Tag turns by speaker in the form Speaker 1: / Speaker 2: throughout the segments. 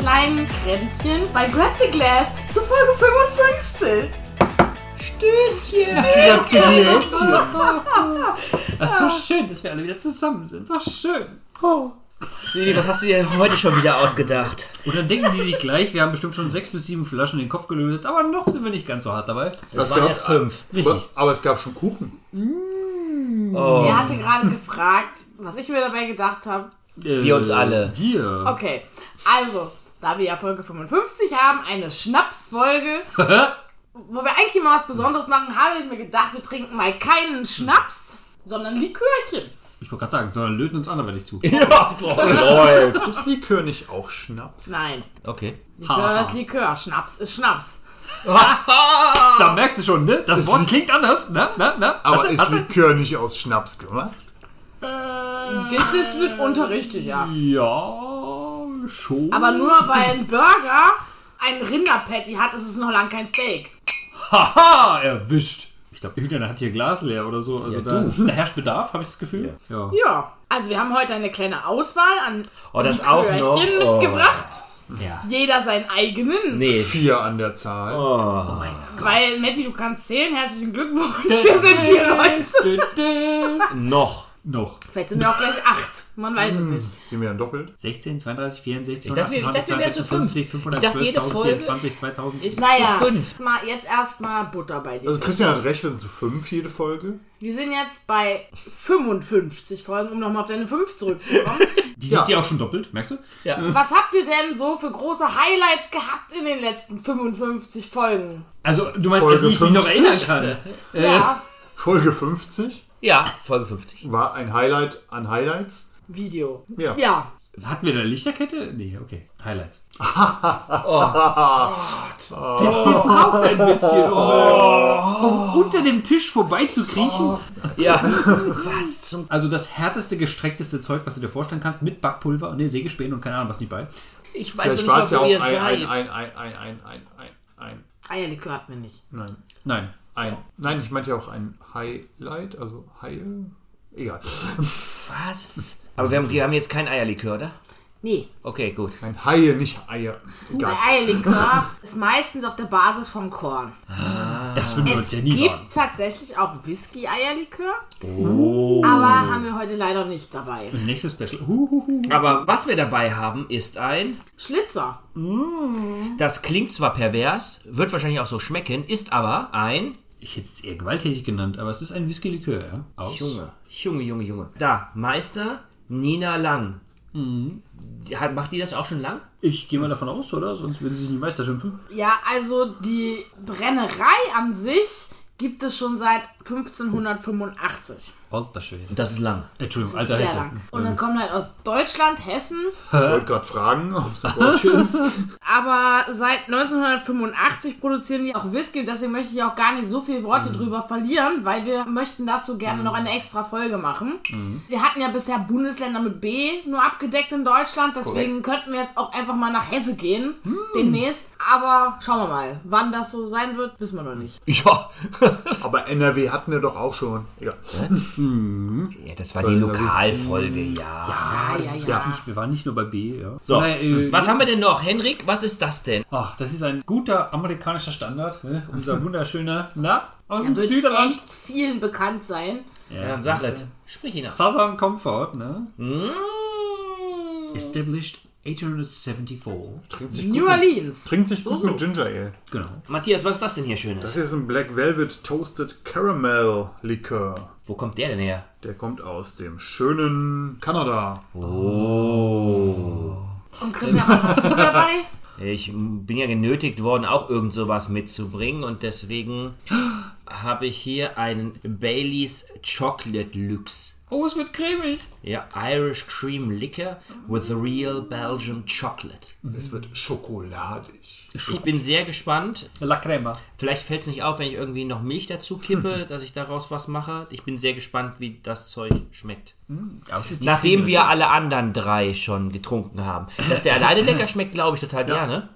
Speaker 1: kleinen Kränzchen bei Grab the Glass zu Folge 55. Stößchen!
Speaker 2: Das ist so schön, dass wir alle wieder zusammen sind. War schön.
Speaker 3: Silvi, was hast du dir heute schon wieder ausgedacht?
Speaker 2: Und dann denken die sich gleich, wir haben bestimmt schon sechs bis sieben Flaschen in den Kopf gelötet, aber noch sind wir nicht ganz so hart dabei.
Speaker 3: Das
Speaker 4: Das
Speaker 3: waren
Speaker 4: gab's-
Speaker 3: erst fünf.
Speaker 4: Aber, aber es gab schon Kuchen.
Speaker 1: Er hatte gerade gefragt, was ich mir dabei gedacht habe.
Speaker 2: Äh,
Speaker 3: Wir uns alle.
Speaker 2: Wir.
Speaker 1: Okay, also, da wir ja Folge 55 haben, eine Schnapsfolge, wo wir eigentlich mal was Besonderes machen, habe ich mir gedacht, wir trinken mal keinen Schnaps, sondern Likörchen.
Speaker 2: Ich wollte gerade sagen, sondern löten uns anderweitig zu.
Speaker 3: Ja, boah.
Speaker 4: Läuft. Ist Likör nicht auch Schnaps?
Speaker 1: Nein,
Speaker 3: Okay.
Speaker 1: Likör ist Likör, Schnaps ist Schnaps.
Speaker 2: Da merkst du schon, ne? Das Wort klingt anders. Na, na, na.
Speaker 4: Aber
Speaker 2: Hast du-
Speaker 4: ist
Speaker 2: hast du-
Speaker 4: Likör nicht aus Schnaps gemacht?
Speaker 1: Das ist mitunter richtig, ja.
Speaker 2: Ja, schon.
Speaker 1: Aber nur weil ein Burger ein Rinderpatty hat, ist es noch lang kein Steak.
Speaker 2: Haha, erwischt. Ich glaube, Julian hat hier Glas leer oder so. Also da, da herrscht Bedarf, habe ich das Gefühl. Ja. Ja.
Speaker 1: Ja, also wir haben heute eine kleine Auswahl an
Speaker 3: Oh, das auch noch.
Speaker 1: Likörchen
Speaker 3: Oh.
Speaker 1: mitgebracht.
Speaker 2: Ja.
Speaker 1: Jeder seinen eigenen.
Speaker 3: Nee.
Speaker 4: Vier an der Zahl.
Speaker 3: Oh.
Speaker 1: Weil, Matti, du kannst zählen. Herzlichen Glückwunsch. Wir sind vier Leute.
Speaker 2: Dö, dö.
Speaker 3: Noch.
Speaker 2: Noch.
Speaker 1: Vielleicht sind wir auch gleich acht. Man weiß es
Speaker 3: Hm.
Speaker 1: nicht.
Speaker 4: Sind wir dann doppelt?
Speaker 2: 16, 32, 64,
Speaker 5: dachte, wir- ich
Speaker 2: 128,
Speaker 5: dachte, wir wären zu
Speaker 2: 256,
Speaker 5: fünf. Ich dachte,
Speaker 2: 512,
Speaker 5: jede Folge
Speaker 2: 1024, 2000.
Speaker 5: Ist
Speaker 1: Naja,
Speaker 5: zu fünf.
Speaker 1: Mal, jetzt erstmal Butter bei dir.
Speaker 4: Also Christian hat recht, wir sind zu fünf jede Folge.
Speaker 1: wir sind jetzt bei 55 Folgen, um nochmal auf deine 5 zurückzukommen.
Speaker 2: Die sieht
Speaker 4: Ja.
Speaker 2: sie auch schon doppelt, merkst du?
Speaker 1: Was habt ihr denn so für große Highlights gehabt in den letzten 55 Folgen?
Speaker 2: Also, du meinst,
Speaker 4: Folge
Speaker 2: an die ich mich noch erinnern
Speaker 4: 50?
Speaker 2: kann.
Speaker 3: Äh.
Speaker 1: Ja,
Speaker 4: Folge 50
Speaker 3: Ja, Folge 50.
Speaker 4: war ein Highlight an Highlights.
Speaker 1: Video.
Speaker 4: Ja.
Speaker 1: Ja,
Speaker 2: Hatten wir da Lichterkette? Nee, okay. Highlights. Oh. Der, der braucht ein bisschen,
Speaker 5: Oh.
Speaker 2: um, um unter dem Tisch vorbeizukriechen.
Speaker 3: Ja. Was zum.
Speaker 2: Also das härteste, gestreckteste Zeug, was du dir vorstellen kannst, mit Backpulver, ne, Sägespänen und keine Ahnung was nicht bei.
Speaker 3: Ich weiß
Speaker 4: Vielleicht war es ja auch
Speaker 3: noch
Speaker 4: ein,
Speaker 3: also nicht mal, wo
Speaker 4: ein,
Speaker 3: ihr seid.
Speaker 4: ein, ein, ein, ein, ein, ein, ein,
Speaker 1: Eierlikör hatten wir nicht.
Speaker 4: nein,
Speaker 2: Nein.
Speaker 4: ein. Nein, ich meinte ja auch ein Highlight, also Heil. Egal.
Speaker 3: Was? Aber wir haben, wir haben jetzt kein Eierlikör, oder?
Speaker 1: Nee,
Speaker 3: Okay, gut.
Speaker 4: Ein Haie, nicht Eier. Egal.
Speaker 1: der Eierlikör ist meistens auf der Basis vom Korn.
Speaker 2: Das würden wir
Speaker 1: Es
Speaker 2: uns ja nie wagen.
Speaker 1: gibt tatsächlich auch Whisky-Eierlikör.
Speaker 2: Oh.
Speaker 1: Aber haben wir heute leider nicht dabei.
Speaker 2: Nächstes Special. Huhuhu.
Speaker 3: Aber was wir dabei haben, ist ein.
Speaker 1: Schlitzer.
Speaker 3: Das klingt zwar pervers, wird wahrscheinlich auch so schmecken, ist aber ein.
Speaker 2: Ich hätte es eher gewalttätig genannt, aber es ist ein Whisky-Likör, ja? Aus.
Speaker 3: Junge, Junge, Junge. Da, Meister Nina Lang. Mhm. Die Hat, macht die das auch schon lang?
Speaker 2: Ich gehe mal davon aus, oder? Sonst würde sie sich nicht Meister schimpfen.
Speaker 1: Ja, also die Brennerei an sich gibt es schon seit 1585.
Speaker 2: Alter Schwede.
Speaker 3: Das ist lang.
Speaker 2: Entschuldigung,
Speaker 1: Das ist
Speaker 2: alter Mhm.
Speaker 1: sehr
Speaker 2: Hesse.
Speaker 1: lang. Und dann kommen halt aus Deutschland, Hessen,
Speaker 4: Ich wollte gerade fragen, ob es ein Deutsch ist.
Speaker 1: aber seit 1985 produzieren die auch Whisky und deswegen möchte ich auch gar nicht so viele Worte drüber verlieren, weil wir möchten dazu gerne noch eine extra Folge machen. Wir hatten ja bisher Bundesländer mit B nur abgedeckt in Deutschland, deswegen könnten wir jetzt auch einfach mal nach Hesse gehen demnächst, aber schauen wir mal. Wann das so sein wird, wissen wir noch nicht.
Speaker 3: Ja.
Speaker 4: Aber NRW hatten wir doch auch schon. Egal.
Speaker 3: ja das war die Lokalfolge, ja.
Speaker 2: Ah, das ist
Speaker 4: ja.
Speaker 2: richtig. Wir waren nicht nur bei B, ja.
Speaker 3: So,
Speaker 2: Naja, äh,
Speaker 3: was haben wir denn noch? Henrik, was ist das denn?
Speaker 2: Ach, das ist ein guter amerikanischer Standard. Ne? Unser wunderschöner, na, aus dem
Speaker 1: Wird
Speaker 2: Süderland.
Speaker 1: echt vielen bekannt sein.
Speaker 2: Ja,
Speaker 3: Dann sag es. Sprich ihn an.
Speaker 2: Southern Comfort, ne?
Speaker 3: Mm.
Speaker 2: Established 1874.
Speaker 4: Trinkt sich
Speaker 1: New
Speaker 4: gut, mit,
Speaker 1: Orleans.
Speaker 4: trinkt sich gut mit Ginger Ale.
Speaker 2: Genau.
Speaker 3: Matthias, was ist das denn hier Schönes?
Speaker 4: Das hier ist ein Black Velvet Toasted Caramel Likör.
Speaker 3: Wo kommt der denn her?
Speaker 4: Der kommt aus dem schönen Kanada.
Speaker 1: Und Christian, was hast du dabei?
Speaker 3: Ich bin ja genötigt worden, auch irgend sowas mitzubringen und deswegen habe ich hier einen Baileys Chocolate Luxe.
Speaker 2: Oh, es wird cremig.
Speaker 3: Ja, Irish Cream Liquor with real Belgian chocolate.
Speaker 4: Es wird schokoladig.
Speaker 3: Ich bin sehr gespannt.
Speaker 2: La Crema.
Speaker 3: Vielleicht fällt es nicht auf, wenn ich irgendwie noch Milch dazu
Speaker 2: Hm.
Speaker 3: kippe, dass ich daraus was mache. Ich bin sehr gespannt, wie das Zeug schmeckt. Nachdem wir alle anderen drei schon getrunken haben. Dass der alleine lecker schmeckt, glaube ich total gerne.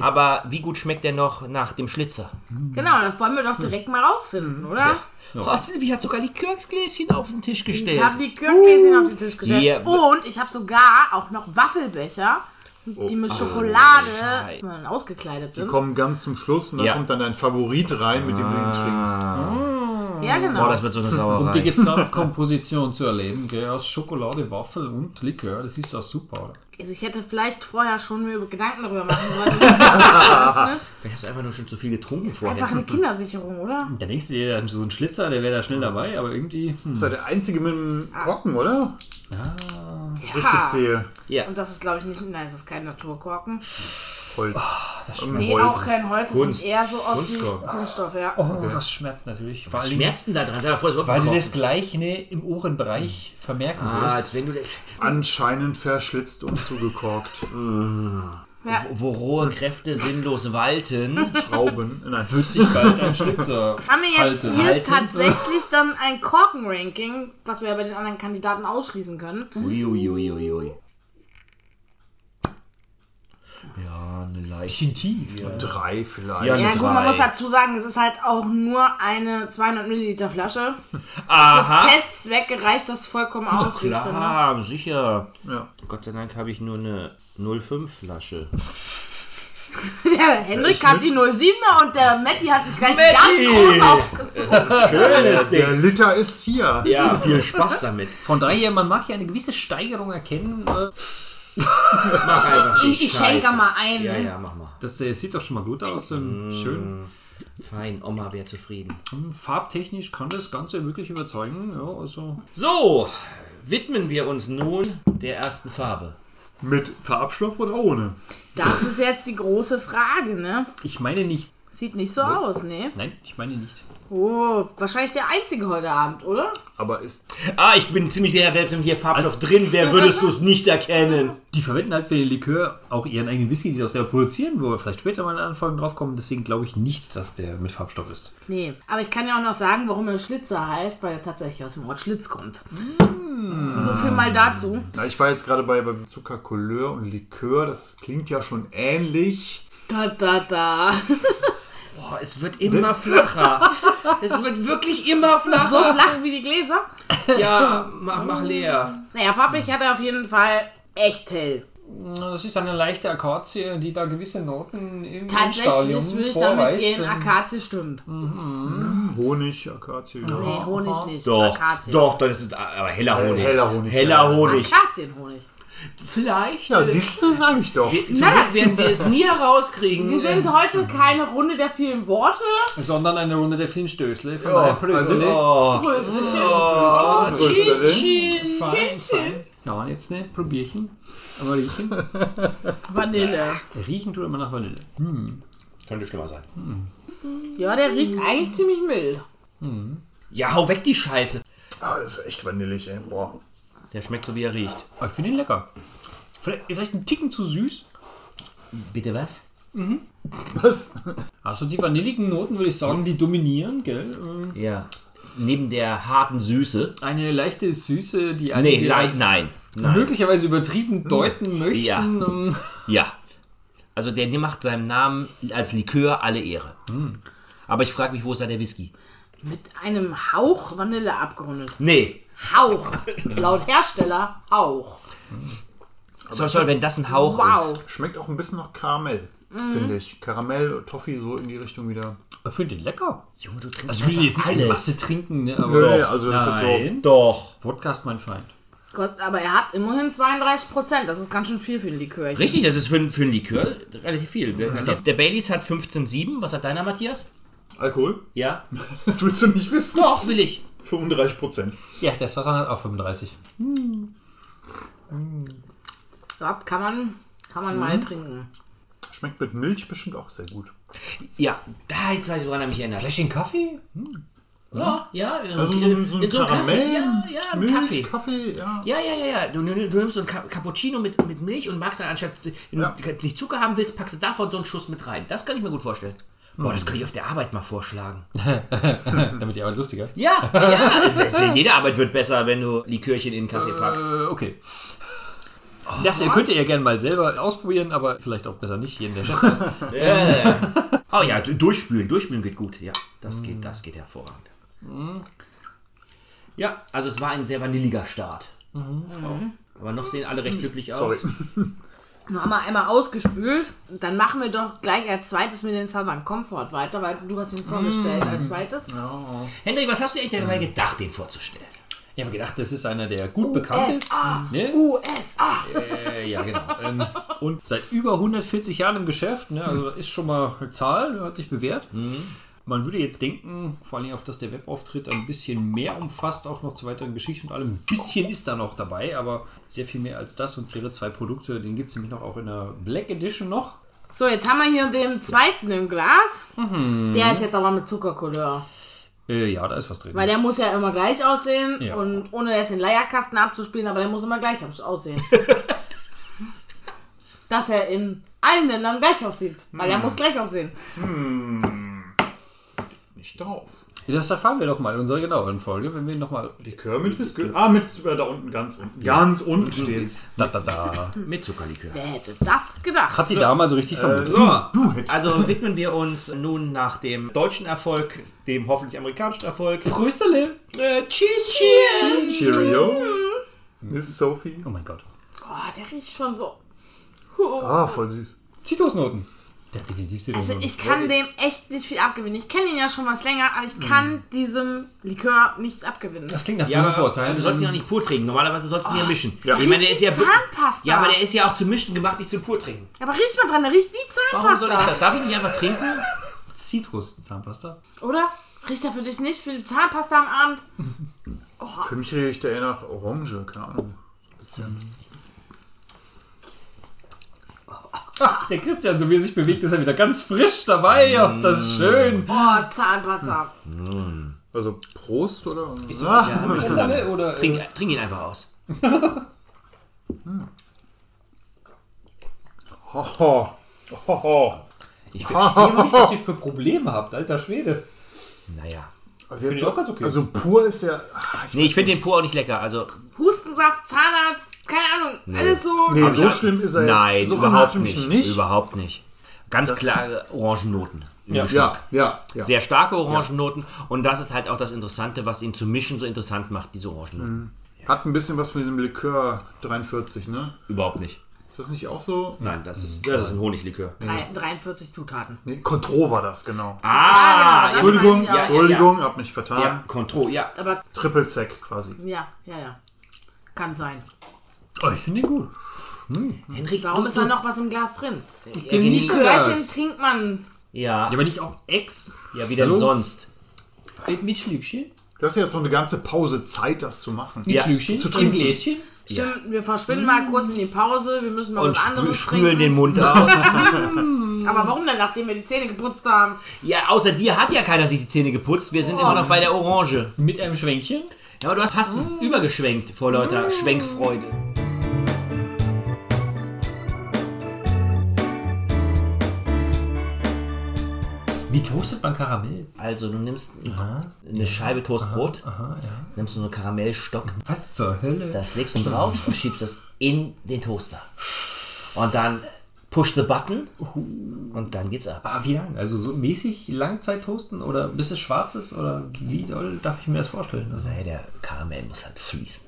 Speaker 3: Aber wie gut schmeckt der noch nach dem Schlitzer?
Speaker 1: Genau, das wollen wir doch direkt mal rausfinden, oder?
Speaker 3: Oh, Silvi hat sogar Likörgläschen auf den Tisch
Speaker 1: Ich
Speaker 3: gestellt.
Speaker 1: habe die Körngläschen auf den Tisch gestellt.
Speaker 3: Yeah.
Speaker 1: Und ich habe sogar auch noch Waffelbecher
Speaker 4: Oh,
Speaker 1: die mit Schokolade wenn ausgekleidet
Speaker 4: Die
Speaker 1: sind.
Speaker 4: kommen ganz zum Schluss und dann
Speaker 3: Ja.
Speaker 4: kommt dann dein Favorit rein, mit dem du ihn trinkst.
Speaker 1: Ja,
Speaker 3: Boah,
Speaker 1: genau.
Speaker 3: Oh, das wird so eine
Speaker 2: Um die
Speaker 3: Sauerei.
Speaker 2: Gesamtkomposition zu erleben, gell, aus Schokolade, Waffel und Likör, das ist ja super.
Speaker 1: Also ich hätte vielleicht vorher schon mir Gedanken darüber machen sollen. wie man das eröffnet.
Speaker 3: Vielleicht hast du einfach nur schon zu viel getrunken
Speaker 1: Einfach
Speaker 3: vorher.
Speaker 1: eine Kindersicherung, oder?
Speaker 2: Der nächste, der hat so einen Schlitzer, der wäre da schnell dabei, aber irgendwie. Hm.
Speaker 4: Das ist ja der einzige mit dem Rocken, oder? Ah. Das ich richtig sehe.
Speaker 3: Ja.
Speaker 1: Und das ist, glaube ich, nicht. Nein, es ist kein Naturkorken.
Speaker 4: Holz. Ähm,
Speaker 1: Nee,
Speaker 4: Holz.
Speaker 1: auch kein Holz. Es
Speaker 3: Kunst.
Speaker 1: sind eher so aus wie
Speaker 4: Kunstkorken.
Speaker 1: Kunststoff, ja.
Speaker 2: Oh, das schmerzt natürlich. Vor
Speaker 3: Was
Speaker 2: allem,
Speaker 3: schmerzt denn da dran? Sei doch froh, dass du
Speaker 2: weil
Speaker 3: überhaupt
Speaker 2: du
Speaker 3: gekocht
Speaker 2: das
Speaker 3: hast.
Speaker 2: gleich ne, im Ohrenbereich vermerken
Speaker 3: Ah, als
Speaker 2: wirst.
Speaker 3: wenn du das,
Speaker 4: Anscheinend verschlitzt und zugekorkt.
Speaker 1: ja.
Speaker 3: wo rohe Kräfte sinnlos walten.
Speaker 4: Schrauben. Nein,
Speaker 2: Wird sich bald ein Schlitzer halt
Speaker 1: Haben wir jetzt
Speaker 2: halten.
Speaker 1: hier
Speaker 3: halten.
Speaker 1: tatsächlich dann ein Korken-Ranking, was wir ja bei den anderen Kandidaten ausschließen können?
Speaker 3: Uiuiuiui. Ja, eine leichte.
Speaker 2: bisschen tief. Ja.
Speaker 4: drei vielleicht.
Speaker 3: Ja,
Speaker 1: Ja
Speaker 3: Drei.
Speaker 1: gut, man muss dazu sagen, es ist halt auch nur eine 200 Milliliter Flasche.
Speaker 3: Aha!
Speaker 1: Testzweck reicht das vollkommen aus, wie ich finde.
Speaker 3: Klar, Ah, sicher.
Speaker 4: Ja.
Speaker 3: Gott sei Dank habe ich nur eine 05-Flasche.
Speaker 1: Der Hendrik hat die 07er und der Matti hat sich gleich
Speaker 3: ne- Matti!
Speaker 1: ganz groß aufgezogen.
Speaker 4: Schönes Ding. Der Liter ist hier.
Speaker 3: Ja, viel Spaß damit.
Speaker 2: Von daher, man mag ja eine gewisse Steigerung erkennen. äh,
Speaker 3: Mach einfach die
Speaker 1: Ich, ich
Speaker 3: Scheiße.
Speaker 1: schenke da mal ein.
Speaker 3: Ja, ja, mach mal.
Speaker 2: Das äh, sieht doch schon mal gut aus. ähm, Schön.
Speaker 3: Fein, Oma wäre zufrieden.
Speaker 2: Ähm, Farbtechnisch kann das Ganze wirklich überzeugen. Ja, also.
Speaker 3: So, widmen wir uns nun der ersten Farbe.
Speaker 4: Mit Farbstoff oder ohne?
Speaker 1: Das ist jetzt die große Frage, ne?
Speaker 2: Ich meine nicht.
Speaker 1: Sieht nicht so aus, ne?
Speaker 2: Nein, ich meine nicht.
Speaker 1: Oh, wahrscheinlich der einzige heute Abend, oder?
Speaker 4: Aber ist
Speaker 3: Ah, ich bin ziemlich sicher, selbst wenn hier Farbstoff
Speaker 2: Also-
Speaker 3: drin wäre, würdest du es nicht erkennen.
Speaker 2: Die verwenden halt für den Likör auch ihren eigenen Whisky, die sie auch selber produzieren, wo wir vielleicht später mal in anderen Folgen draufkommen. Deswegen glaube ich nicht, dass der mit Farbstoff ist.
Speaker 1: Nee. Aber ich kann ja auch noch sagen, warum er Schlitzer heißt, weil er tatsächlich aus dem Wort Schlitz kommt.
Speaker 3: Hm.
Speaker 1: So viel mal dazu.
Speaker 4: Na, ich war jetzt gerade bei, bei Zuckercouleur und Likör, das klingt ja schon ähnlich.
Speaker 1: Da, da, da.
Speaker 3: Boah, Oh, es wird immer flacher. es wird wirklich immer
Speaker 1: So
Speaker 3: flacher.
Speaker 1: flach wie die Gläser.
Speaker 3: Ja, mach, mach leer.
Speaker 1: Naja, farblich hat er auf jeden Fall echt hell.
Speaker 2: Das ist eine leichte Akazie, die da gewisse Noten im
Speaker 1: Tatsächlich würde ich damit gehen, Akazie stimmt.
Speaker 4: Honig, Akazie. Ja.
Speaker 1: Nee, Honig nicht.
Speaker 3: Doch,
Speaker 1: Akazie.
Speaker 3: doch, das ist aber heller Honig.
Speaker 4: heller Honig.
Speaker 3: Heller Honig.
Speaker 1: Akazienhonig.
Speaker 3: Vielleicht.
Speaker 4: Ja, siehst du, sag ich doch.
Speaker 3: Zum Glück werden wir es nie herauskriegen.
Speaker 1: Wir sind heute keine Runde der vielen Worte.
Speaker 2: Sondern eine Runde der vielen Stößle. Von daher Prösterle.
Speaker 1: Prösterchen.
Speaker 4: Rösterin.
Speaker 2: fein, fein. Ja, und jetzt ne, Probierchen. Aber riechen.
Speaker 1: Vanille.
Speaker 2: riechen tut immer nach Vanille.
Speaker 3: Könnte schlimmer sein.
Speaker 1: Ja, der riecht eigentlich ziemlich mild.
Speaker 3: Ja, hau weg die Scheiße.
Speaker 4: Ah, das ist echt vanillig, ey. Boah.
Speaker 3: Der schmeckt so, wie er riecht.
Speaker 2: Aber Ah, ich finde ihn lecker. Vielleicht, vielleicht ein Ticken zu süß.
Speaker 3: Bitte was?
Speaker 4: Was?
Speaker 2: Also die vanilligen Noten, würde ich sagen, die dominieren, gell? Ähm,
Speaker 3: Ja. Neben der harten Süße.
Speaker 2: Eine leichte Süße, die
Speaker 3: Nee,
Speaker 2: einige
Speaker 3: nein,
Speaker 2: als
Speaker 3: nein.
Speaker 2: möglicherweise übertrieben deuten möchten.
Speaker 3: Ja.
Speaker 2: Ähm,
Speaker 3: Ja. Also der macht seinem Namen als Likör alle Ehre. Aber ich frage mich, wo ist da der Whisky?
Speaker 1: Mit einem Hauch Vanille abgerundet.
Speaker 3: Nee.
Speaker 1: Hauch. Laut Hersteller Hauch.
Speaker 3: Soll, soll, wenn das ein Hauch
Speaker 1: Wow.
Speaker 3: ist.
Speaker 4: Schmeckt auch ein bisschen nach Karamell,
Speaker 3: Mhm.
Speaker 4: finde ich. Karamell, Toffee, so in die Richtung wieder.
Speaker 2: Ich finde den lecker.
Speaker 3: Junge, du trinkst
Speaker 2: Also ich will ihn jetzt nicht in
Speaker 3: alles.
Speaker 2: Masse trinken, ne? Aber
Speaker 4: Nee, also das ist jetzt so.
Speaker 2: nein.
Speaker 3: Doch.
Speaker 2: Wodka ist mein Feind.
Speaker 1: Gott, aber er hat immerhin 32 Prozent. Das ist ganz schön viel für ein Likör. Ich-
Speaker 3: Richtig, das ist für, für einen Likör relativ viel. Der, der Baileys hat 15,7. Was hat deiner, Matthias?
Speaker 4: Alkohol?
Speaker 3: Ja.
Speaker 4: Das willst du nicht wissen.
Speaker 3: Doch, will ich.
Speaker 4: 35 Prozent.
Speaker 2: Ja, der Sassan hat auch 35.
Speaker 1: Ja, kann man, kann man
Speaker 2: Mhm.
Speaker 1: mal trinken.
Speaker 4: Schmeckt mit Milch bestimmt auch sehr gut.
Speaker 3: Ja, da jetzt weiß ich, woran er mich erinnert.
Speaker 2: Fläschchen Kaffee?
Speaker 3: Ja, ja. in
Speaker 4: Also so ein, so ein
Speaker 3: in so einem Kaffee.
Speaker 4: Karamell,
Speaker 3: Ja, ja, im
Speaker 4: Milch,
Speaker 3: Kaffee.
Speaker 4: Kaffee, ja.
Speaker 3: Ja, ja, ja, ja. Du, du, du nimmst so ein Ca- Cappuccino mit, mit Milch und magst dann anstatt, wenn
Speaker 4: Ja.
Speaker 3: du nicht Zucker haben willst, packst du davon so einen Schuss mit rein. Das kann ich mir gut vorstellen. Boah, das könnte ich auf der Arbeit mal vorschlagen.
Speaker 2: Damit die Arbeit lustiger.
Speaker 3: Ja, ja. Jede Arbeit wird besser, wenn du Likörchen in den Kaffee packst.
Speaker 2: Äh, okay. Das könnt ihr ja gerne mal selber ausprobieren, aber vielleicht auch besser nicht, jeden der Chef weiß.
Speaker 3: Oh ja, du- durchspülen, durchspülen geht gut. Ja, das geht, das geht hervorragend. Ja, also es war ein sehr vanilliger Start. Aber noch sehen alle recht glücklich aus.
Speaker 1: nur einmal, einmal ausgespült. Dann machen wir doch gleich als zweites mit den Southern Comfort weiter, weil du hast ihn vorgestellt
Speaker 2: Mhm.
Speaker 1: als zweites.
Speaker 3: Hendrik, was hast du echt dabei gedacht, den vorzustellen?
Speaker 2: Ich habe gedacht, das ist einer, der gut bekannt ist.
Speaker 1: USA!
Speaker 2: Ne?
Speaker 1: USA!
Speaker 2: Äh, ja, genau. Ähm, und seit über 140 Jahren im Geschäft, ne? also ist schon mal eine Zahl, ne? hat sich bewährt. Man würde jetzt denken, vor allem auch, dass der Webauftritt ein bisschen mehr umfasst, auch noch zur weiteren Geschichte und allem. Ein bisschen ist da noch dabei, aber sehr viel mehr als das. Und ihre zwei Produkte, den gibt es nämlich noch auch in der Black Edition noch.
Speaker 1: So, jetzt haben wir hier den zweiten im Glas.
Speaker 2: Mhm.
Speaker 1: Der ist jetzt aber mit Zuckercouleur.
Speaker 2: Äh, ja, da ist was drin.
Speaker 1: Weil der muss ja immer gleich aussehen
Speaker 2: Ja.
Speaker 1: und ohne jetzt den Leierkasten abzuspielen, aber der muss immer gleich aus- aussehen. Dass er in allen Ländern gleich aussieht, weil
Speaker 2: Mhm.
Speaker 1: er muss gleich aussehen.
Speaker 4: Nicht drauf.
Speaker 2: Das erfahren wir doch mal in unserer genaueren Folge, wenn wir nochmal.
Speaker 4: Likör mit Whisky. Ah, mit äh, da unten, ganz unten. Ganz unten steht's.
Speaker 2: Da, da, da.
Speaker 3: Mit Zuckerlikör.
Speaker 1: Wer hätte das gedacht?
Speaker 2: Hat die damals so richtig vermutet.
Speaker 3: So, also widmen wir uns nun nach dem deutschen Erfolg, dem hoffentlich amerikanischen Erfolg. Prösterle. Äh, cheers, cheers.
Speaker 4: Cheerio. Miss Sophie.
Speaker 2: Oh mein Gott.
Speaker 1: Boah, der riecht schon so.
Speaker 4: Ah, voll süß.
Speaker 2: Zitrusnoten. Der hat definitiv
Speaker 1: Also
Speaker 2: Zitrusnoten.
Speaker 3: Mhm.
Speaker 1: ich kann dem echt nicht viel abgewinnen. Ich kenne ihn ja schon was länger, aber
Speaker 3: Mhm.
Speaker 1: ich kann diesem Likör nichts abgewinnen.
Speaker 2: das klingt nach
Speaker 3: Ja,
Speaker 2: bösen Ähm,
Speaker 3: aber
Speaker 2: Vorteilen.
Speaker 3: du sollst ihn auch nicht pur trinken. Normalerweise sollst du ihn ja mischen.
Speaker 4: Ja.
Speaker 3: Ich meine, der ist ja wirklich-
Speaker 1: Zahnpasta.
Speaker 3: Ja, aber der ist ja auch zum Mischen gemacht, nicht zum pur trinken.
Speaker 1: Aber riech mal dran, der riecht wie
Speaker 3: Warum
Speaker 1: Zahnpasta.
Speaker 3: soll ich das? Darf ich nicht einfach trinken?
Speaker 2: Zitrus-Zahnpasta.
Speaker 1: Oder? Riecht er für dich nicht für die Zahnpasta am Abend?
Speaker 4: Für mich riecht der eher nach Orange, keine Ahnung. Bisschen.
Speaker 2: Der Christian, so wie er sich bewegt, ist er wieder ganz frisch dabei. Ja, ist das schön.
Speaker 1: Oh,
Speaker 3: Hm.
Speaker 1: Zahnpasta.
Speaker 4: Also Prost oder? Ah.
Speaker 2: Besser, oder?
Speaker 3: Trink, trink ihn einfach aus.
Speaker 4: Hoho. Hoho.
Speaker 3: Ich verstehe.
Speaker 4: Oh.
Speaker 2: nicht, was ihr für Probleme habt, alter Schwede.
Speaker 3: Naja.
Speaker 4: Also, jetzt,
Speaker 2: ich auch ganz okay.
Speaker 4: also pur ist ja. ah, ich-
Speaker 3: Nee, ich finde den pur auch nicht lecker. Also,
Speaker 1: Hustensaft, Zahnarzt, keine Ahnung. Alles so.
Speaker 4: Nee, so schlimm ist er
Speaker 3: nein,
Speaker 4: jetzt. so
Speaker 3: überhaupt
Speaker 4: schlimm ist
Speaker 3: nicht.
Speaker 4: er
Speaker 3: Überhaupt nicht. Ganz klare Orangennoten. Ja.
Speaker 4: Ja, ja, ja.
Speaker 3: Sehr starke Orangennoten. Und das ist halt auch das Interessante, was ihn zu mischen so interessant macht, diese Orangennoten.
Speaker 4: Mhm. Hat ein bisschen was von diesem Likör 43, ne?
Speaker 3: Überhaupt nicht.
Speaker 4: Ist das nicht auch so?
Speaker 3: Nein, das ist, das ist ein Honiglikör.
Speaker 1: Drei- 43 Zutaten.
Speaker 4: Nee, Contro war das, genau.
Speaker 1: Ah, genau, das
Speaker 4: Entschuldigung,
Speaker 1: meine ich auch.
Speaker 4: Entschuldigung, hab mich vertan.
Speaker 3: Ja, Contro, ja.
Speaker 1: Aber
Speaker 4: Triple Sec quasi.
Speaker 1: ja, ja, ja. Kann sein.
Speaker 2: Oh, ich finde ihn gut.
Speaker 3: Henrik,
Speaker 1: Warum
Speaker 3: du,
Speaker 1: ist da
Speaker 3: du-
Speaker 1: noch was im Glas drin?
Speaker 3: er ging nicht-
Speaker 1: Likörchen trinkt man.
Speaker 3: Ja,
Speaker 2: Ja, aber nicht auf Ex.
Speaker 3: ja, wie denn
Speaker 2: Hallo?
Speaker 3: sonst?
Speaker 2: Mit Schlückchen?
Speaker 4: Du hast ja jetzt noch eine ganze Pause Zeit, das zu machen.
Speaker 3: Ja.
Speaker 2: Schlückchen?
Speaker 4: Zu trinken.
Speaker 2: Im Gläschen?
Speaker 1: Stimmt, wir verschwinden mal kurz in die Pause. Wir müssen mal
Speaker 3: Hm. Und
Speaker 1: was
Speaker 3: sprü
Speaker 1: anderes
Speaker 3: sprühlen
Speaker 1: trinken.
Speaker 3: den Mund aus.
Speaker 1: Aber warum denn, nachdem wir die Zähne geputzt haben?
Speaker 3: ja, außer dir hat ja keiner sich die Zähne geputzt. Wir sind immer noch bei der Orange.
Speaker 2: Mit einem Schwänkchen?
Speaker 3: Ja, aber du hast fast übergeschwenkt vor lauter Schwenkfreude.
Speaker 2: Wie toastet man Karamell?
Speaker 3: Also du nimmst eine Scheibe Toastbrot, nimmst so einen Karamellstock,
Speaker 2: Was zur Hölle?
Speaker 3: das legst du drauf und schiebst das in den Toaster. Und dann push the button und dann geht's ab.
Speaker 2: Ah, wie lang? Also so mäßig Langzeit toasten oder bis es schwarz ist? Oder wie doll darf ich mir das vorstellen? Also,
Speaker 3: Hey, der Karamell muss halt fließen,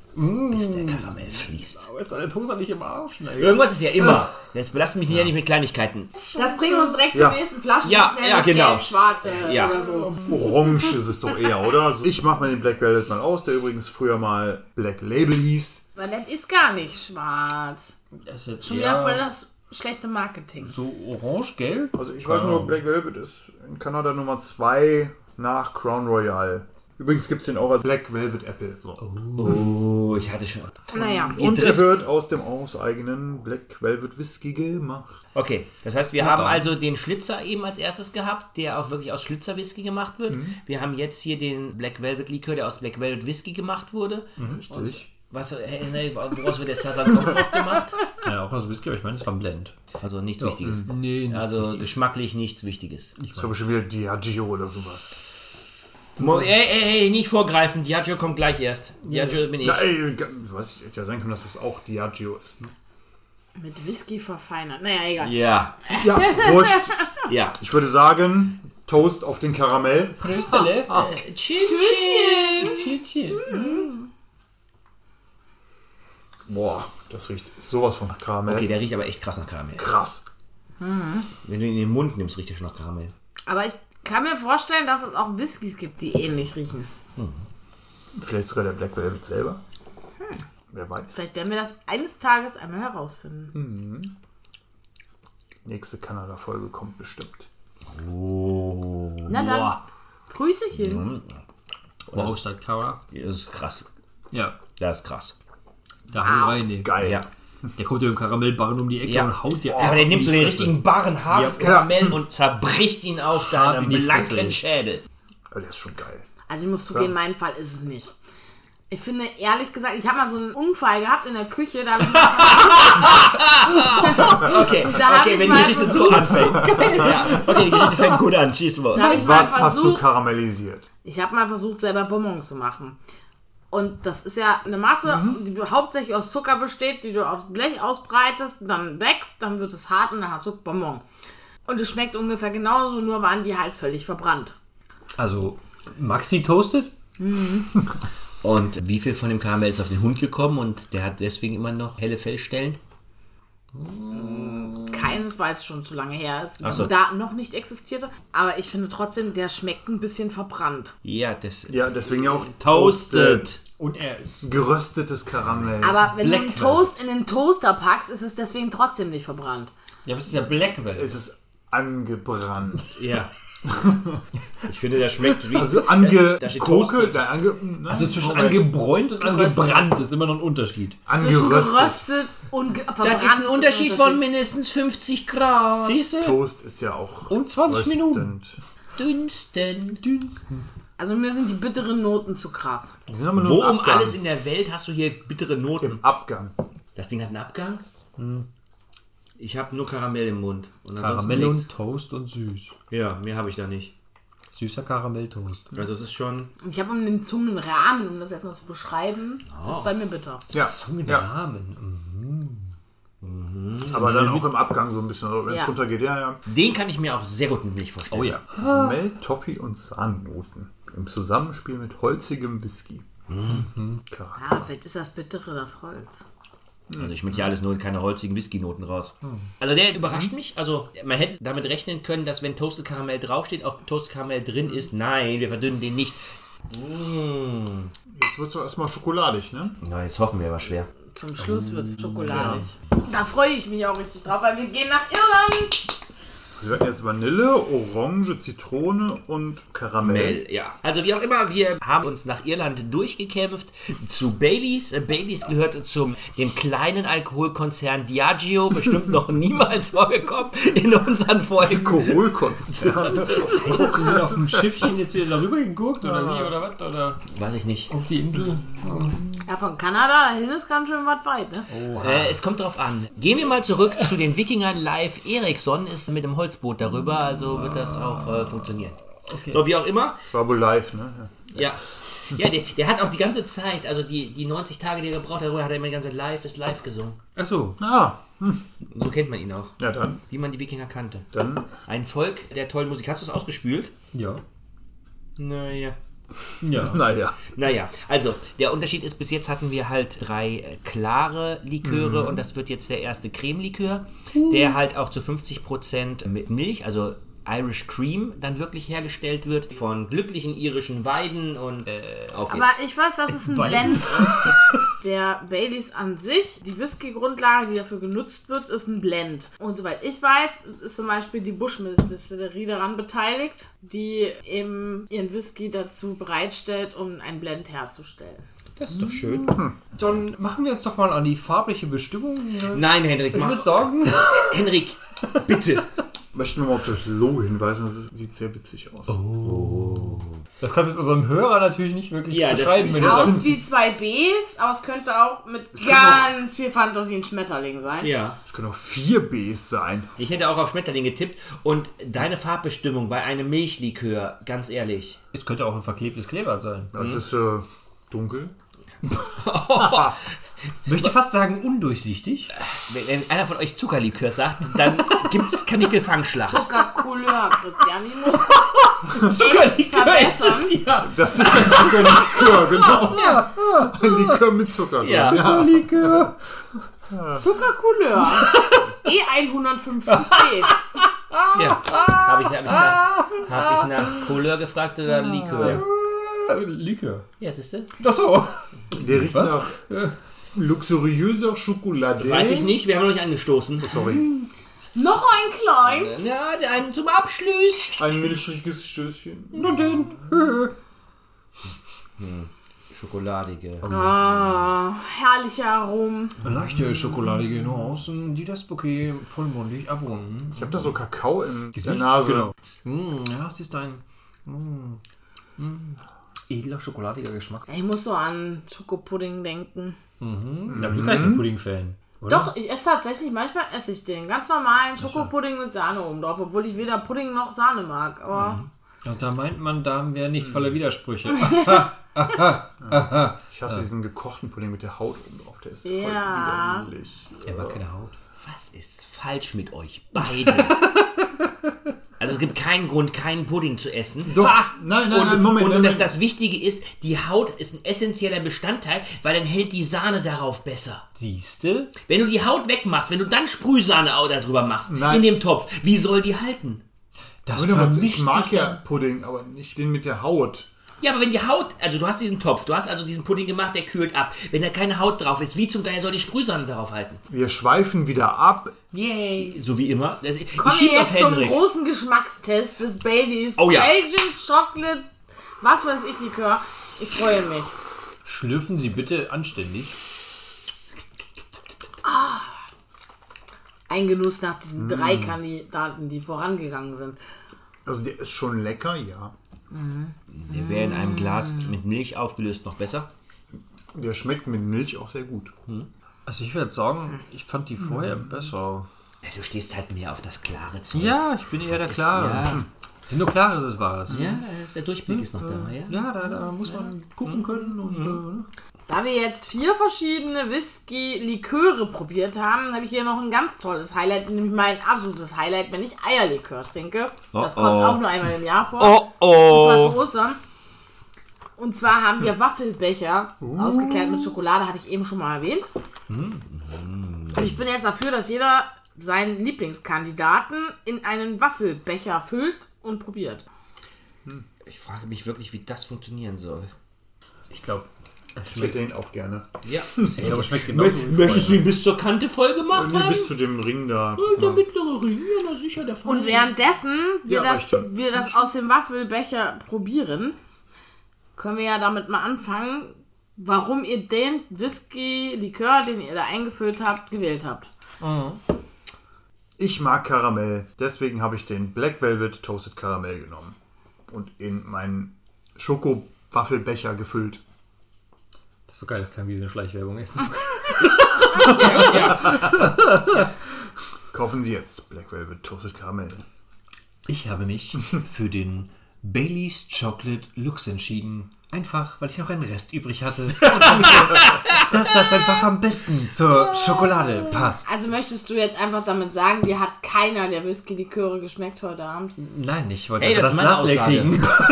Speaker 3: bis der Karamell fließt.
Speaker 2: aber ist deine Toaster nicht im Arsch? Ne?
Speaker 3: Irgendwas ist ja immer. Jetzt belassen mich ja nicht mit Kleinigkeiten.
Speaker 1: Das bringt uns direkt
Speaker 4: Ja.
Speaker 1: zur nächsten Flasche.
Speaker 3: Ja,
Speaker 1: das ist
Speaker 3: ja,
Speaker 1: nämlich
Speaker 3: genau.
Speaker 1: Gelb-schwarze
Speaker 3: Ja.
Speaker 1: oder so.
Speaker 4: Orange ist es doch eher, oder? Also ich mache mal den Black Velvet mal aus, der übrigens früher mal Black Label hieß.
Speaker 1: Weil das ist gar nicht schwarz.
Speaker 2: Das ist jetzt
Speaker 1: Schon wieder voll das schlechte Marketing.
Speaker 2: so orange-gelb.
Speaker 4: Also ich weiß nur, Black Velvet ist in Kanada Nummer 2 nach Crown Royal. Übrigens gibt es den auch als Black Velvet Apple. So.
Speaker 3: Oh, ich hatte schon.
Speaker 1: Naja.
Speaker 4: Und er
Speaker 3: trifft-
Speaker 4: wird aus dem hauseigenen Black Velvet Whisky gemacht.
Speaker 3: Okay, das heißt, wir haben also den Schlitzer eben als erstes gehabt, der auch wirklich aus Schlitzerwhisky gemacht wird. Wir haben jetzt hier den Black Velvet Likör, der aus Black Velvet Whisky gemacht wurde.
Speaker 4: Mhm. Richtig.
Speaker 3: Was, äh, nee, woraus wird der Southern Comfort gemacht?
Speaker 2: Ja, auch aus Whisky, aber ich meine, es war ein Blend.
Speaker 3: Also nichts Wichtiges.
Speaker 2: Nee, mhm. nichts
Speaker 3: also
Speaker 2: Wichtiges.
Speaker 3: geschmacklich nichts Wichtiges.
Speaker 4: Das ist aber schon wieder Diageo oder sowas.
Speaker 3: Mo- Ey, ey, ey, nicht vorgreifen. Diageo kommt gleich erst. Diageo bin ich.
Speaker 4: Ja, äh, ey, g- weiß ich, hätte ja sein können, dass es auch Diageo ist. Ne?
Speaker 1: Mit Whisky verfeinert. Naja, egal.
Speaker 3: Ja,
Speaker 4: Ja, wurscht.
Speaker 3: ja.
Speaker 4: Ich würde sagen, Toast auf den Karamell.
Speaker 2: Pröstele.
Speaker 3: Äh, Tschüss. tschüss.
Speaker 2: Tschüsschen.
Speaker 4: Boah, das riecht sowas von nach Karamell.
Speaker 3: Okay, der riecht aber echt krass nach Karamell.
Speaker 4: Krass.
Speaker 3: Wenn du ihn in den Mund nimmst, riecht er schon nach Karamell.
Speaker 1: Aber ich kann mir vorstellen, dass es auch Whiskys gibt, die ähnlich riechen.
Speaker 4: Vielleicht sogar der Black Velvet selber. Wer weiß.
Speaker 1: Vielleicht werden wir das eines Tages einmal herausfinden.
Speaker 4: Nächste Kanada-Folge kommt bestimmt.
Speaker 1: Na dann,
Speaker 3: Boah.
Speaker 1: grüße ich ihn.
Speaker 2: Wow, statt Kara.
Speaker 3: Das ist krass.
Speaker 2: Ja,
Speaker 3: Das ist krass.
Speaker 2: da hau rein. Den.
Speaker 4: Geil.
Speaker 3: Ja.
Speaker 2: Der kommt ja mit dem Karamellbarren um die Ecke
Speaker 3: Ah. Ja. Oh,
Speaker 2: und haut dir
Speaker 3: Aber der nimmt so den richtigen Barren hartes
Speaker 4: Ja.
Speaker 3: Karamell und zerbricht ihn auf deinem
Speaker 2: in die Fresse.
Speaker 3: blanken Schädel.
Speaker 4: Aber der ist schon geil.
Speaker 1: Also ich muss zugeben, mein Fall ist es nicht. Ich finde, ehrlich gesagt, ich habe mal so einen Unfall gehabt in der Küche, da habe ich
Speaker 3: Okay,
Speaker 1: Da hab
Speaker 3: okay
Speaker 1: ich
Speaker 3: wenn die
Speaker 1: mal
Speaker 3: Geschichte so anfängt. Ja. Okay, die Geschichte fängt gut an. Schieß los.
Speaker 1: Da hab ich mal
Speaker 4: Was hast du
Speaker 1: versucht,
Speaker 4: karamellisiert?
Speaker 1: ich habe mal versucht, selber Bonbons zu machen. Und das ist ja eine Masse,
Speaker 4: Mhm.
Speaker 1: die hauptsächlich aus Zucker besteht, die du aufs Blech ausbreitest, dann wächst, dann wird es hart und dann hast du Bonbon. Und es schmeckt ungefähr genauso, nur waren die halt völlig verbrannt.
Speaker 2: Also, Maxi toastet?
Speaker 3: Und wie viel von dem Karamell ist auf den Hund gekommen und der hat deswegen immer noch helle Fellstellen?
Speaker 1: Keines, weil es schon zu lange her ist,
Speaker 3: so.
Speaker 1: da noch nicht existierte. Aber ich finde trotzdem, der schmeckt ein bisschen verbrannt.
Speaker 3: Ja, das.
Speaker 4: Ja, deswegen ja auch
Speaker 3: Toasted.
Speaker 2: Und er ist.
Speaker 4: Geröstetes Karamell.
Speaker 1: Aber wenn du
Speaker 2: Black
Speaker 1: einen Toast in den Toaster packst, ist es deswegen trotzdem nicht verbrannt.
Speaker 2: Ja, aber es ist ja Blackwell.
Speaker 4: es ist angebrannt.
Speaker 3: Ja. Ich finde, das schmeckt wie.
Speaker 4: Also
Speaker 3: da steht
Speaker 4: angekokelt,
Speaker 3: toasted.
Speaker 4: da ange, ne,
Speaker 2: Also zwischen
Speaker 4: Moment.
Speaker 2: angebräunt und angebrannt ist immer noch ein Unterschied.
Speaker 1: Zwischen
Speaker 4: angeröstet.
Speaker 1: geröstet und ge verbrannt.
Speaker 3: Das ist ein Unterschied von mindestens 50 Grad.
Speaker 2: Siehst du?
Speaker 4: Toast ist ja auch
Speaker 2: Und 20 Minuten.
Speaker 4: röstend.
Speaker 3: Dünsten. Dünsten.
Speaker 1: Also mir sind die bitteren Noten zu krass.
Speaker 4: Die sind aber nur
Speaker 3: Wo
Speaker 4: im
Speaker 3: um
Speaker 4: Abgang.
Speaker 3: alles in der Welt hast du hier bittere Noten?
Speaker 2: Hm.
Speaker 4: Abgang.
Speaker 3: Das Ding hat einen Abgang? Ich habe nur Karamell im Mund. Und ansonsten
Speaker 2: Karamell
Speaker 3: nix.
Speaker 2: und Toast und süß.
Speaker 3: Ja, mehr habe ich da nicht.
Speaker 2: Süßer Karamelltoast.
Speaker 3: Also es ist schon.
Speaker 1: Ich habe um den Zungenrahmen, um das jetzt noch zu beschreiben, ist bei mir bitter.
Speaker 4: Ja. ja.
Speaker 2: Zungenrahmen.
Speaker 4: Aber dann auch im Abgang so ein bisschen, wenn es
Speaker 1: Ja.
Speaker 4: runtergeht. Ja, ja.
Speaker 3: Den kann ich mir auch sehr gut mit Milch vorstellen.
Speaker 2: Oh ja.
Speaker 4: Karamell, Toffee und Sahnennoten. Im Zusammenspiel mit holzigem Whisky. Karamell.
Speaker 1: Ja, vielleicht ist das Bittere das Holz.
Speaker 3: Also ich schmecke ja alles nur keine holzigen Whisky-Noten raus. Also der überrascht mich. Also man hätte damit rechnen können, dass wenn Toasted Karamell draufsteht, auch Toasted Karamell drin ist. Nein, wir verdünnen den nicht.
Speaker 4: Jetzt wird es doch erstmal schokoladig, ne?
Speaker 3: Na, jetzt hoffen wir aber schwer.
Speaker 1: Zum Schluss wird es schokoladig. Da freue ich mich auch richtig drauf, weil wir gehen nach Irland.
Speaker 4: Wir hatten jetzt Vanille, Orange, Zitrone und Karamell.
Speaker 3: Mel, ja. Also wie auch immer, wir haben uns nach Irland durchgekämpft zu Baileys. Äh, Baileys gehört zum dem kleinen Alkoholkonzern Diageo, bestimmt noch niemals vorgekommen in unseren Folgen.
Speaker 4: Alkoholkonzern. Das ist
Speaker 2: Ist das, wir sind auf dem Schiffchen jetzt wieder darüber geguckt oder wie oder was? Oder
Speaker 3: Weiß ich nicht.
Speaker 2: auf die Insel?
Speaker 1: Ja, von Kanada dahin ist ganz schön was weit, ne?
Speaker 3: Äh, es kommt drauf an. Gehen wir mal zurück zu den Wikingern live. Eriksson ist mit dem Holzboot darüber, also wird das auch äh, funktionieren. So, wie auch immer.
Speaker 4: das war wohl live, ne?
Speaker 3: Ja. Ja, der, der hat auch die ganze Zeit, also die, die 90 Tage, die er gebraucht hat, darüber hat er immer die ganze Zeit live ist live gesungen.
Speaker 2: Achso.
Speaker 4: Ah,
Speaker 3: Und so kennt man ihn auch,
Speaker 4: ja dann.
Speaker 3: wie man die Wikinger kannte.
Speaker 4: Dann
Speaker 3: Ein Volk der tollen Musik. Hast du es ausgespült?
Speaker 2: Ja.
Speaker 3: Naja.
Speaker 2: Ja.
Speaker 4: Naja,
Speaker 3: Naja, also der Unterschied ist, bis jetzt hatten wir halt drei äh, klare Liköre und das wird jetzt der erste Creme-Likör, der halt auch zu 50% mit Milch, also Irish Cream, dann wirklich hergestellt wird von glücklichen irischen Weiden und äh, auf
Speaker 1: Aber
Speaker 3: geht's.
Speaker 1: ich weiß, dass es ein
Speaker 2: Weil-
Speaker 1: Blend ist. Der Baileys an sich, die Whisky-Grundlage, die dafür genutzt wird, ist ein Blend. Und soweit ich weiß, ist zum Beispiel die Bushmills-Distillerie daran beteiligt, die eben ihren Whisky dazu bereitstellt, um ein Blend herzustellen.
Speaker 3: Das ist doch schön.
Speaker 2: Dann machen wir uns doch mal an die farbliche Bestimmung. Ich
Speaker 3: Nein, Henrik, mach.
Speaker 2: würde sagen,
Speaker 3: Henrik, bitte.
Speaker 4: möchte nur mal auf das Logo hinweisen, das ist, sieht sehr witzig aus.
Speaker 2: das kannst du jetzt unserem Hörer natürlich nicht wirklich
Speaker 3: Ja, das-
Speaker 2: beschreiben. Wenn
Speaker 1: Aus
Speaker 2: das
Speaker 1: die zwei Bs, aber es könnte auch mit ganz viel Fantasie ein Schmetterling sein.
Speaker 3: Ja.
Speaker 4: Das können auch vier Bs sein.
Speaker 3: Ich hätte auch auf Schmetterling getippt und deine Farbbestimmung bei einem Milchlikör, ganz ehrlich.
Speaker 2: es
Speaker 4: Mhm. äh,
Speaker 2: könnte auch ein verklebtes Kleber sein.
Speaker 4: Das ist äh, dunkel.
Speaker 2: Möchte fast sagen undurchsichtig.
Speaker 3: Wenn, wenn einer von euch Zuckerlikör sagt, dann gibt's Kanickelfangschlacht.
Speaker 1: Zuckercouleur, Christianimus. Zuckerlikör verbessern.
Speaker 2: ja.
Speaker 4: Das ist ein Zuckerlikör, genau. Likör mit Zucker.
Speaker 3: Ja.
Speaker 2: Zuckerlikör.
Speaker 1: Zuckercouleur. E E150B.
Speaker 3: Ja.
Speaker 4: Ah.
Speaker 3: Habe ich, hab ich, nach, hab ich nach Couleur gefragt oder Likör?
Speaker 2: Äh, Likör.
Speaker 3: Ja, siehste.
Speaker 2: Ach so.
Speaker 4: Der riecht
Speaker 2: Was?
Speaker 4: nach luxuriöser Schokolade.
Speaker 3: Weiß ich nicht, wir haben noch nicht angestoßen.
Speaker 4: Sorry.
Speaker 1: Noch ein klein.
Speaker 3: Ja, der einen zum Abschluss.
Speaker 4: Ein milchriges Stößchen.
Speaker 2: Na denn.
Speaker 3: Schokoladige.
Speaker 1: Ah, herrlicher Aromen.
Speaker 2: Leichte schokoladige Nuancen, die das Bouquet vollmundig abrunden.
Speaker 4: Ich habe da so Kakao in der
Speaker 2: Gesicht?
Speaker 4: Nase.
Speaker 2: Genau. Mm, ja, es ist ein mm, mm, edler schokoladiger Geschmack.
Speaker 1: Ich muss so an Schokopudding denken.
Speaker 2: Da bin ich kein Pudding-Fan. oder?
Speaker 1: Doch, ich esse tatsächlich, manchmal esse ich den. Ganz normalen Schokopudding mit Sahne oben drauf, obwohl ich weder Pudding noch Sahne mag. Aber
Speaker 2: Und da meint man, da haben wir nicht voller Widersprüche.
Speaker 4: Ich
Speaker 3: Ah.
Speaker 4: hasse diesen gekochten Pudding mit der Haut oben drauf. Der ist voll
Speaker 1: Ja.
Speaker 4: widerlich.
Speaker 2: Er mag keine Haut.
Speaker 3: Was ist falsch mit euch beiden? Also es gibt keinen Grund, keinen Pudding zu essen.
Speaker 4: Doch, nein, nein,
Speaker 3: und,
Speaker 4: nein, Äh, Moment,
Speaker 3: Und,
Speaker 4: Moment.
Speaker 3: das, das Wichtige ist, die Haut ist ein essentieller Bestandteil, weil dann hält die Sahne darauf besser.
Speaker 2: Siehste?
Speaker 3: Wenn du die Haut wegmachst, wenn du dann Sprühsahne auch darüber machst,
Speaker 4: Nein.
Speaker 3: in dem Topf, wie soll die halten?
Speaker 2: Das
Speaker 4: Warte mal,
Speaker 2: vermischt
Speaker 4: Ich mag
Speaker 2: sich
Speaker 4: ja Pudding, aber nicht den mit der Haut.
Speaker 3: Ja, aber wenn die Haut, also du hast diesen Topf, du hast also diesen Pudding gemacht, der kühlt ab. Wenn da keine Haut drauf ist, wie zum Geier soll die Sprühsahne darauf halten?
Speaker 4: Wir schweifen wieder ab.
Speaker 1: yay.
Speaker 3: So wie immer. Das, ich
Speaker 1: Kommen wir
Speaker 3: schieb's auf
Speaker 1: jetzt zum
Speaker 3: Henrik.
Speaker 1: großen Geschmackstest des Baileys.
Speaker 3: Oh ja.
Speaker 1: Belgian Chocolate, was weiß ich, Likör. Ich freue mich.
Speaker 2: Schlürfen Sie bitte anständig.
Speaker 1: Ein Genuss nach diesen drei Kandidaten, die vorangegangen sind.
Speaker 4: Also der ist schon lecker, ja.
Speaker 3: Der wäre in einem Glas mit Milch aufgelöst noch besser.
Speaker 4: Der schmeckt mit Milch auch sehr gut.
Speaker 2: Also ich würde sagen, ich fand die vorher besser.
Speaker 3: Ja, du stehst halt mehr auf das klare Zeug.
Speaker 2: Ja, ich bin eher der Klare. Denn nur Klares ist Wahres.
Speaker 3: Ja, ist der Durchblick ist noch da, ja?
Speaker 2: Ja, Mm. da, da muss man gucken können. Und, äh,
Speaker 1: Da wir jetzt vier verschiedene Whisky-Liköre probiert haben, habe ich hier noch ein ganz tolles Highlight, nämlich mein absolutes Highlight, wenn ich Eierlikör trinke. Das
Speaker 3: Oh,
Speaker 1: kommt
Speaker 3: oh.
Speaker 1: auch nur einmal im Jahr vor. Und zwar
Speaker 3: oh!
Speaker 1: zu Ostern. Und zwar haben wir Waffelbecher, ausgeklärt mit Schokolade, hatte ich eben schon mal erwähnt. Und ich bin jetzt dafür, dass jeder seinen Lieblingskandidaten in einen Waffelbecher füllt und probiert.
Speaker 3: Ich frage mich wirklich, wie das funktionieren soll.
Speaker 2: äh, ich glaube,
Speaker 4: Ich hätte ihn auch gerne.
Speaker 3: Ja.
Speaker 2: ich glaub, es schmeckt genauso. wie vorher.
Speaker 3: ihn bis zur Kante voll gemacht
Speaker 4: Irgendwie bis zu dem Ring da.
Speaker 3: Der mittlere Ring, ja, na sicher, der
Speaker 1: Und währenddessen wir,
Speaker 4: Ja,
Speaker 1: das,
Speaker 4: richtig.
Speaker 1: wir das aus dem Waffelbecher probieren, können wir ja damit mal anfangen, warum ihr den Whisky-Likör, den ihr da eingefüllt habt, gewählt habt.
Speaker 4: Ich mag Karamell, deswegen habe ich den Black Velvet Toasted Karamell genommen und in meinen Schoko-Waffelbecher gefüllt.
Speaker 2: Das ist so geil, das klang wie so eine Schleichwerbung. ist.
Speaker 4: Kaufen Sie jetzt Black Velvet Toasted Karamell.
Speaker 2: Ich habe mich für den Baileys Chocolate Lux entschieden. Einfach, weil ich noch einen Rest übrig hatte. Und dachte, dass das einfach am besten zur Schokolade passt.
Speaker 1: Also möchtest du jetzt einfach damit sagen, dir hat keiner der Whisky-Liköre geschmeckt heute Abend?
Speaker 2: Nein, ich wollte
Speaker 3: Ey,
Speaker 2: einfach
Speaker 3: das ist meine
Speaker 2: leer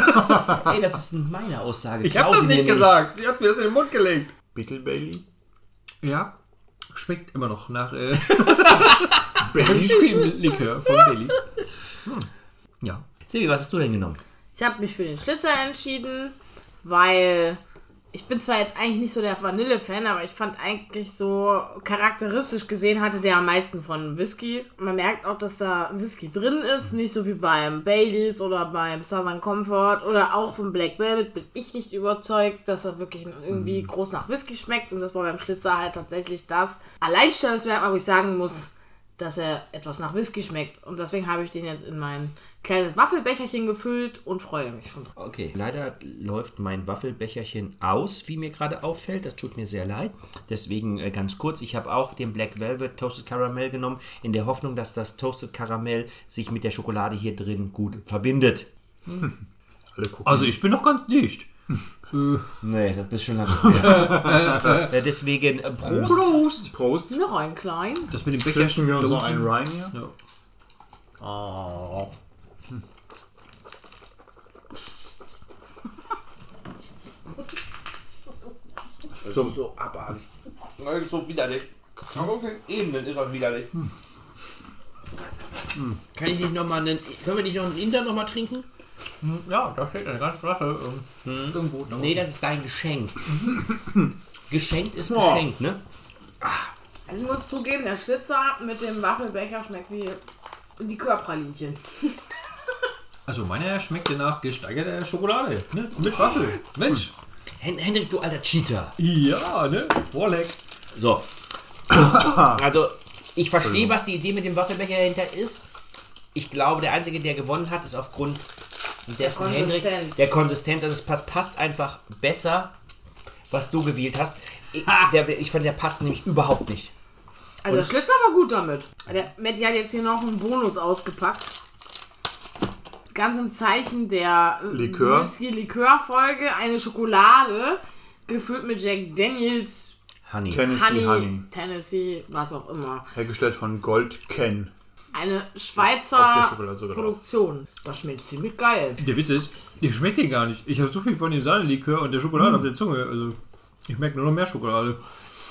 Speaker 3: Aussage.
Speaker 2: kriegen.
Speaker 3: Ey, das ist meine Aussage.
Speaker 2: Ich habe das nicht gesagt. Sie hat mir das in den Mund gelegt.
Speaker 4: Bitte Bailey?
Speaker 2: Ja, schmeckt immer noch nach äh,
Speaker 4: Baileys?
Speaker 2: Likör von Baileys. Hm. Ja.
Speaker 3: Silvi, was hast du denn genommen?
Speaker 1: Ich habe mich für den Schlitzer entschieden, weil ich bin zwar jetzt eigentlich nicht so der Vanille-Fan, aber ich fand eigentlich so charakteristisch gesehen hatte der am meisten von Whisky. Man merkt auch, dass da Whisky drin ist, nicht so wie beim Baileys oder beim Southern Comfort oder auch vom Black Velvet bin ich nicht überzeugt, dass er wirklich irgendwie groß nach Whisky schmeckt und das war beim Schlitzer halt tatsächlich das Alleinstellungsmerkmal, wo ich sagen muss, dass er etwas nach Whisky schmeckt. Und deswegen habe ich den jetzt in mein kleines Waffelbecherchen gefüllt und freue mich schon drauf.
Speaker 3: Okay, leider läuft mein Waffelbecherchen aus, wie mir gerade auffällt. Das tut mir sehr leid. Deswegen äh, ganz kurz, ich habe auch den Black Velvet Toasted Caramel genommen, in der Hoffnung, dass das Toasted Caramel sich mit der Schokolade hier drin gut verbindet.
Speaker 4: Alle gucken.
Speaker 2: Also ich Also, bin noch ganz dicht.
Speaker 3: Nee, das bist schon lange nicht mehr. ja, deswegen äh, Prost.
Speaker 2: Prost!
Speaker 4: Prost.
Speaker 1: Noch ein klein.
Speaker 2: Das mit dem Becher.
Speaker 4: Wünschen wir uns noch einen Ryan hier.
Speaker 2: Ja.
Speaker 4: So,
Speaker 3: So abartig. Das ist so widerlich. Auf so vielen Ebenen ist das widerlich. Hm. Kann ich nicht noch mal einen, können wir nicht noch einen Inter noch mal trinken?
Speaker 2: ja, da steht eine ganze Flasche ähm, irgendwo. da
Speaker 3: Nee, das ist dein Geschenk. Geschenkt ist
Speaker 4: Ja.
Speaker 3: geschenkt, ne?
Speaker 1: Also ich muss zugeben, der Schlitzer mit dem Waffelbecher schmeckt wie die Körpralinchen.
Speaker 2: Also meiner schmeckte nach gesteigerter Schokolade, ne? Mit Waffel. Mensch.
Speaker 3: Hen Henrik, du alter Cheater.
Speaker 2: Ja, ne? Warleck.
Speaker 3: So. Also, ich verstehe, was die Idee mit dem Waffelbecher dahinter ist. Ich glaube, der Einzige, der gewonnen hat, ist aufgrund dessen
Speaker 1: Der
Speaker 3: Henrik,
Speaker 1: Konsistenz.
Speaker 3: der Konsistenz. Also, es passt, passt einfach besser, was du gewählt hast. Ich, der, ich fand, der passt nämlich überhaupt nicht.
Speaker 1: Also der Schlitzer war gut damit. Der Matti hat jetzt hier noch einen Bonus ausgepackt. Ganz im Zeichen der
Speaker 4: Likör.
Speaker 1: Whisky-Likör-Folge eine Schokolade gefüllt mit Jack Daniels,
Speaker 3: Honey.
Speaker 4: Tennessee
Speaker 1: Honey,
Speaker 4: Honey.
Speaker 1: Tennessee, was auch immer.
Speaker 4: Hergestellt von Gold Ken.
Speaker 1: Eine
Speaker 4: Auf der
Speaker 1: Schweizer
Speaker 4: Schokolade sogar drauf.
Speaker 1: Produktion. Das schmeckt ziemlich geil.
Speaker 2: Der Witz ist, ich schmeckt den gar nicht. Ich habe so viel von dem Sahnelikör und der Schokolade auf der Zunge. Also ich merke nur noch mehr Schokolade.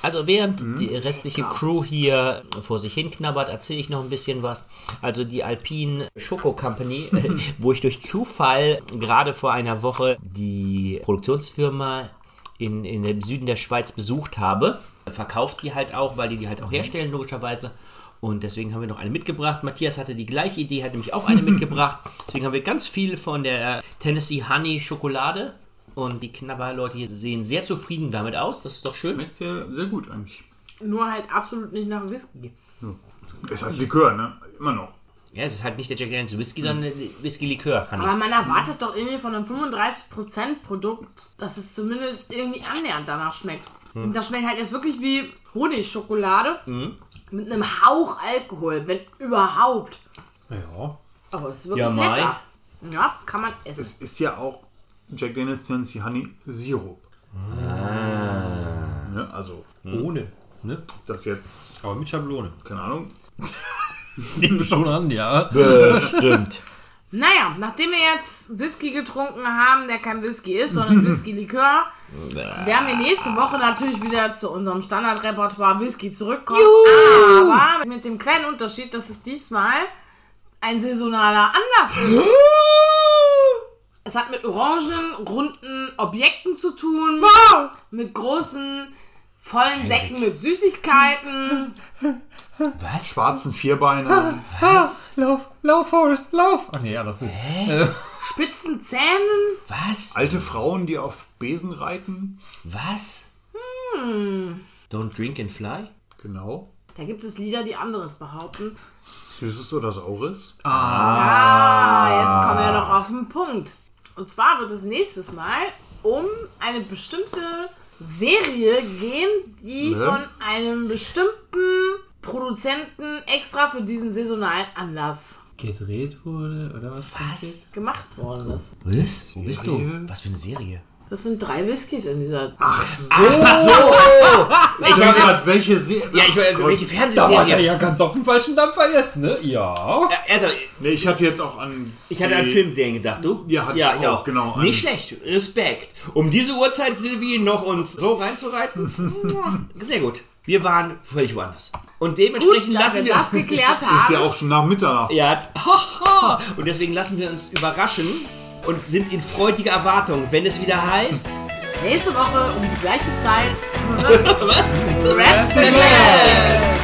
Speaker 3: Also während die restliche Crew hier vor sich hin knabbert, erzähle ich noch ein bisschen was. Also die Alpine Schoko Company, äh, wo ich durch Zufall gerade vor einer Woche die Produktionsfirma in, in dem Süden der Schweiz besucht habe, verkauft die halt auch, weil die die halt auch herstellen logischerweise. Und deswegen haben wir noch eine mitgebracht. Matthias hatte die gleiche Idee, hat nämlich auch eine mitgebracht. Deswegen haben wir ganz viel von der Tennessee Honey Schokolade. Und die Knabberleute hier sehen sehr zufrieden damit aus. Das ist doch schön.
Speaker 4: Schmeckt sehr, sehr gut eigentlich.
Speaker 1: Nur halt absolut nicht nach Whisky.
Speaker 4: Ist halt Likör, ne? Immer noch.
Speaker 3: Ja, es ist halt nicht der Jack Daniels Whisky,
Speaker 4: Hm.
Speaker 3: sondern Whisky-Likör. Honey.
Speaker 4: Ah.
Speaker 1: Aber man erwartet doch irgendwie von einem 35% Produkt, dass es zumindest irgendwie annähernd danach schmeckt.
Speaker 3: Hm.
Speaker 1: Und das schmeckt halt jetzt wirklich wie Honigschokolade mit einem Hauch Alkohol, wenn überhaupt.
Speaker 2: Ja.
Speaker 1: Aber es ist wirklich
Speaker 3: Ja, Mai.
Speaker 1: lecker. Ja, kann man essen.
Speaker 4: Es ist ja auch Jack Daniels Tennessee Honey Sirup. Ne? Also,
Speaker 2: Ohne. Ne?
Speaker 4: das jetzt,
Speaker 2: Aber mit Schablone.
Speaker 4: keine Ahnung.
Speaker 2: Nehmen wir schon an, ja.
Speaker 3: Stimmt.
Speaker 1: Naja, nachdem wir jetzt Whisky getrunken haben, der kein Whisky ist, sondern Whisky-Likör, werden wir nächste Woche natürlich wieder zu unserem Standardrepertoire Whisky zurückkommen. Aber mit dem kleinen Unterschied, dass es diesmal ein saisonaler Anlass ist. Es hat mit orangen, runden Objekten zu tun, mit großen, vollen Säcken mit Süßigkeiten.
Speaker 3: Was?
Speaker 4: Schwarzen Vierbeiner.
Speaker 2: Was? Lauf, lauf, Forrest, lauf! Ach nee, andersrum.
Speaker 1: spitzen Zähnen.
Speaker 3: Was?
Speaker 4: Alte Frauen, die auf Besen reiten.
Speaker 3: Was?
Speaker 4: Hm.
Speaker 3: Don't drink and fly?
Speaker 4: Genau.
Speaker 1: Da gibt es Lieder, die anderes behaupten.
Speaker 4: Süßes oder Saures.
Speaker 1: Ah, jetzt kommen wir noch auf den Punkt. Und zwar wird es nächstes Mal um eine bestimmte Serie gehen, die
Speaker 4: Ne?
Speaker 1: von einem bestimmten Produzenten extra für diesen saisonalen Anlass
Speaker 2: Gedreht wurde, oder was?
Speaker 3: Was?
Speaker 1: gemacht worden ist.
Speaker 3: Was? Wo bist
Speaker 4: Serie? Oh!
Speaker 3: du? Was für eine Serie?
Speaker 1: Das sind drei Whiskys in dieser.
Speaker 4: Ich denke gerade, welche Serie.
Speaker 3: Ja, ich weiß, welche
Speaker 2: Da war der
Speaker 3: Fernsehserie?
Speaker 2: ja ganz auf dem falschen Dampfer jetzt, ne? Ja.
Speaker 3: Ja, ernsthaft,
Speaker 4: Nee, ich hatte jetzt auch an.
Speaker 3: Ich hatte an
Speaker 4: die-
Speaker 3: Filmserien gedacht, du?
Speaker 4: Ja, hatte ich auch, genau, an-
Speaker 3: Nicht schlecht, Respekt. Um diese Uhrzeit, Silvi, noch uns so reinzureiten? Sehr gut. Wir waren völlig woanders. Und dementsprechend
Speaker 1: Gut, dass
Speaker 3: lassen
Speaker 1: wir
Speaker 3: wir...
Speaker 1: das geklärt
Speaker 4: Ist
Speaker 1: haben.
Speaker 4: ja auch schon nach Mitternacht.
Speaker 3: Ja, haha. Und deswegen lassen wir uns überraschen und sind in freudiger Erwartung, wenn es wieder heißt.
Speaker 1: Nächste Woche um die gleiche Zeit. Was? Rap the Glass.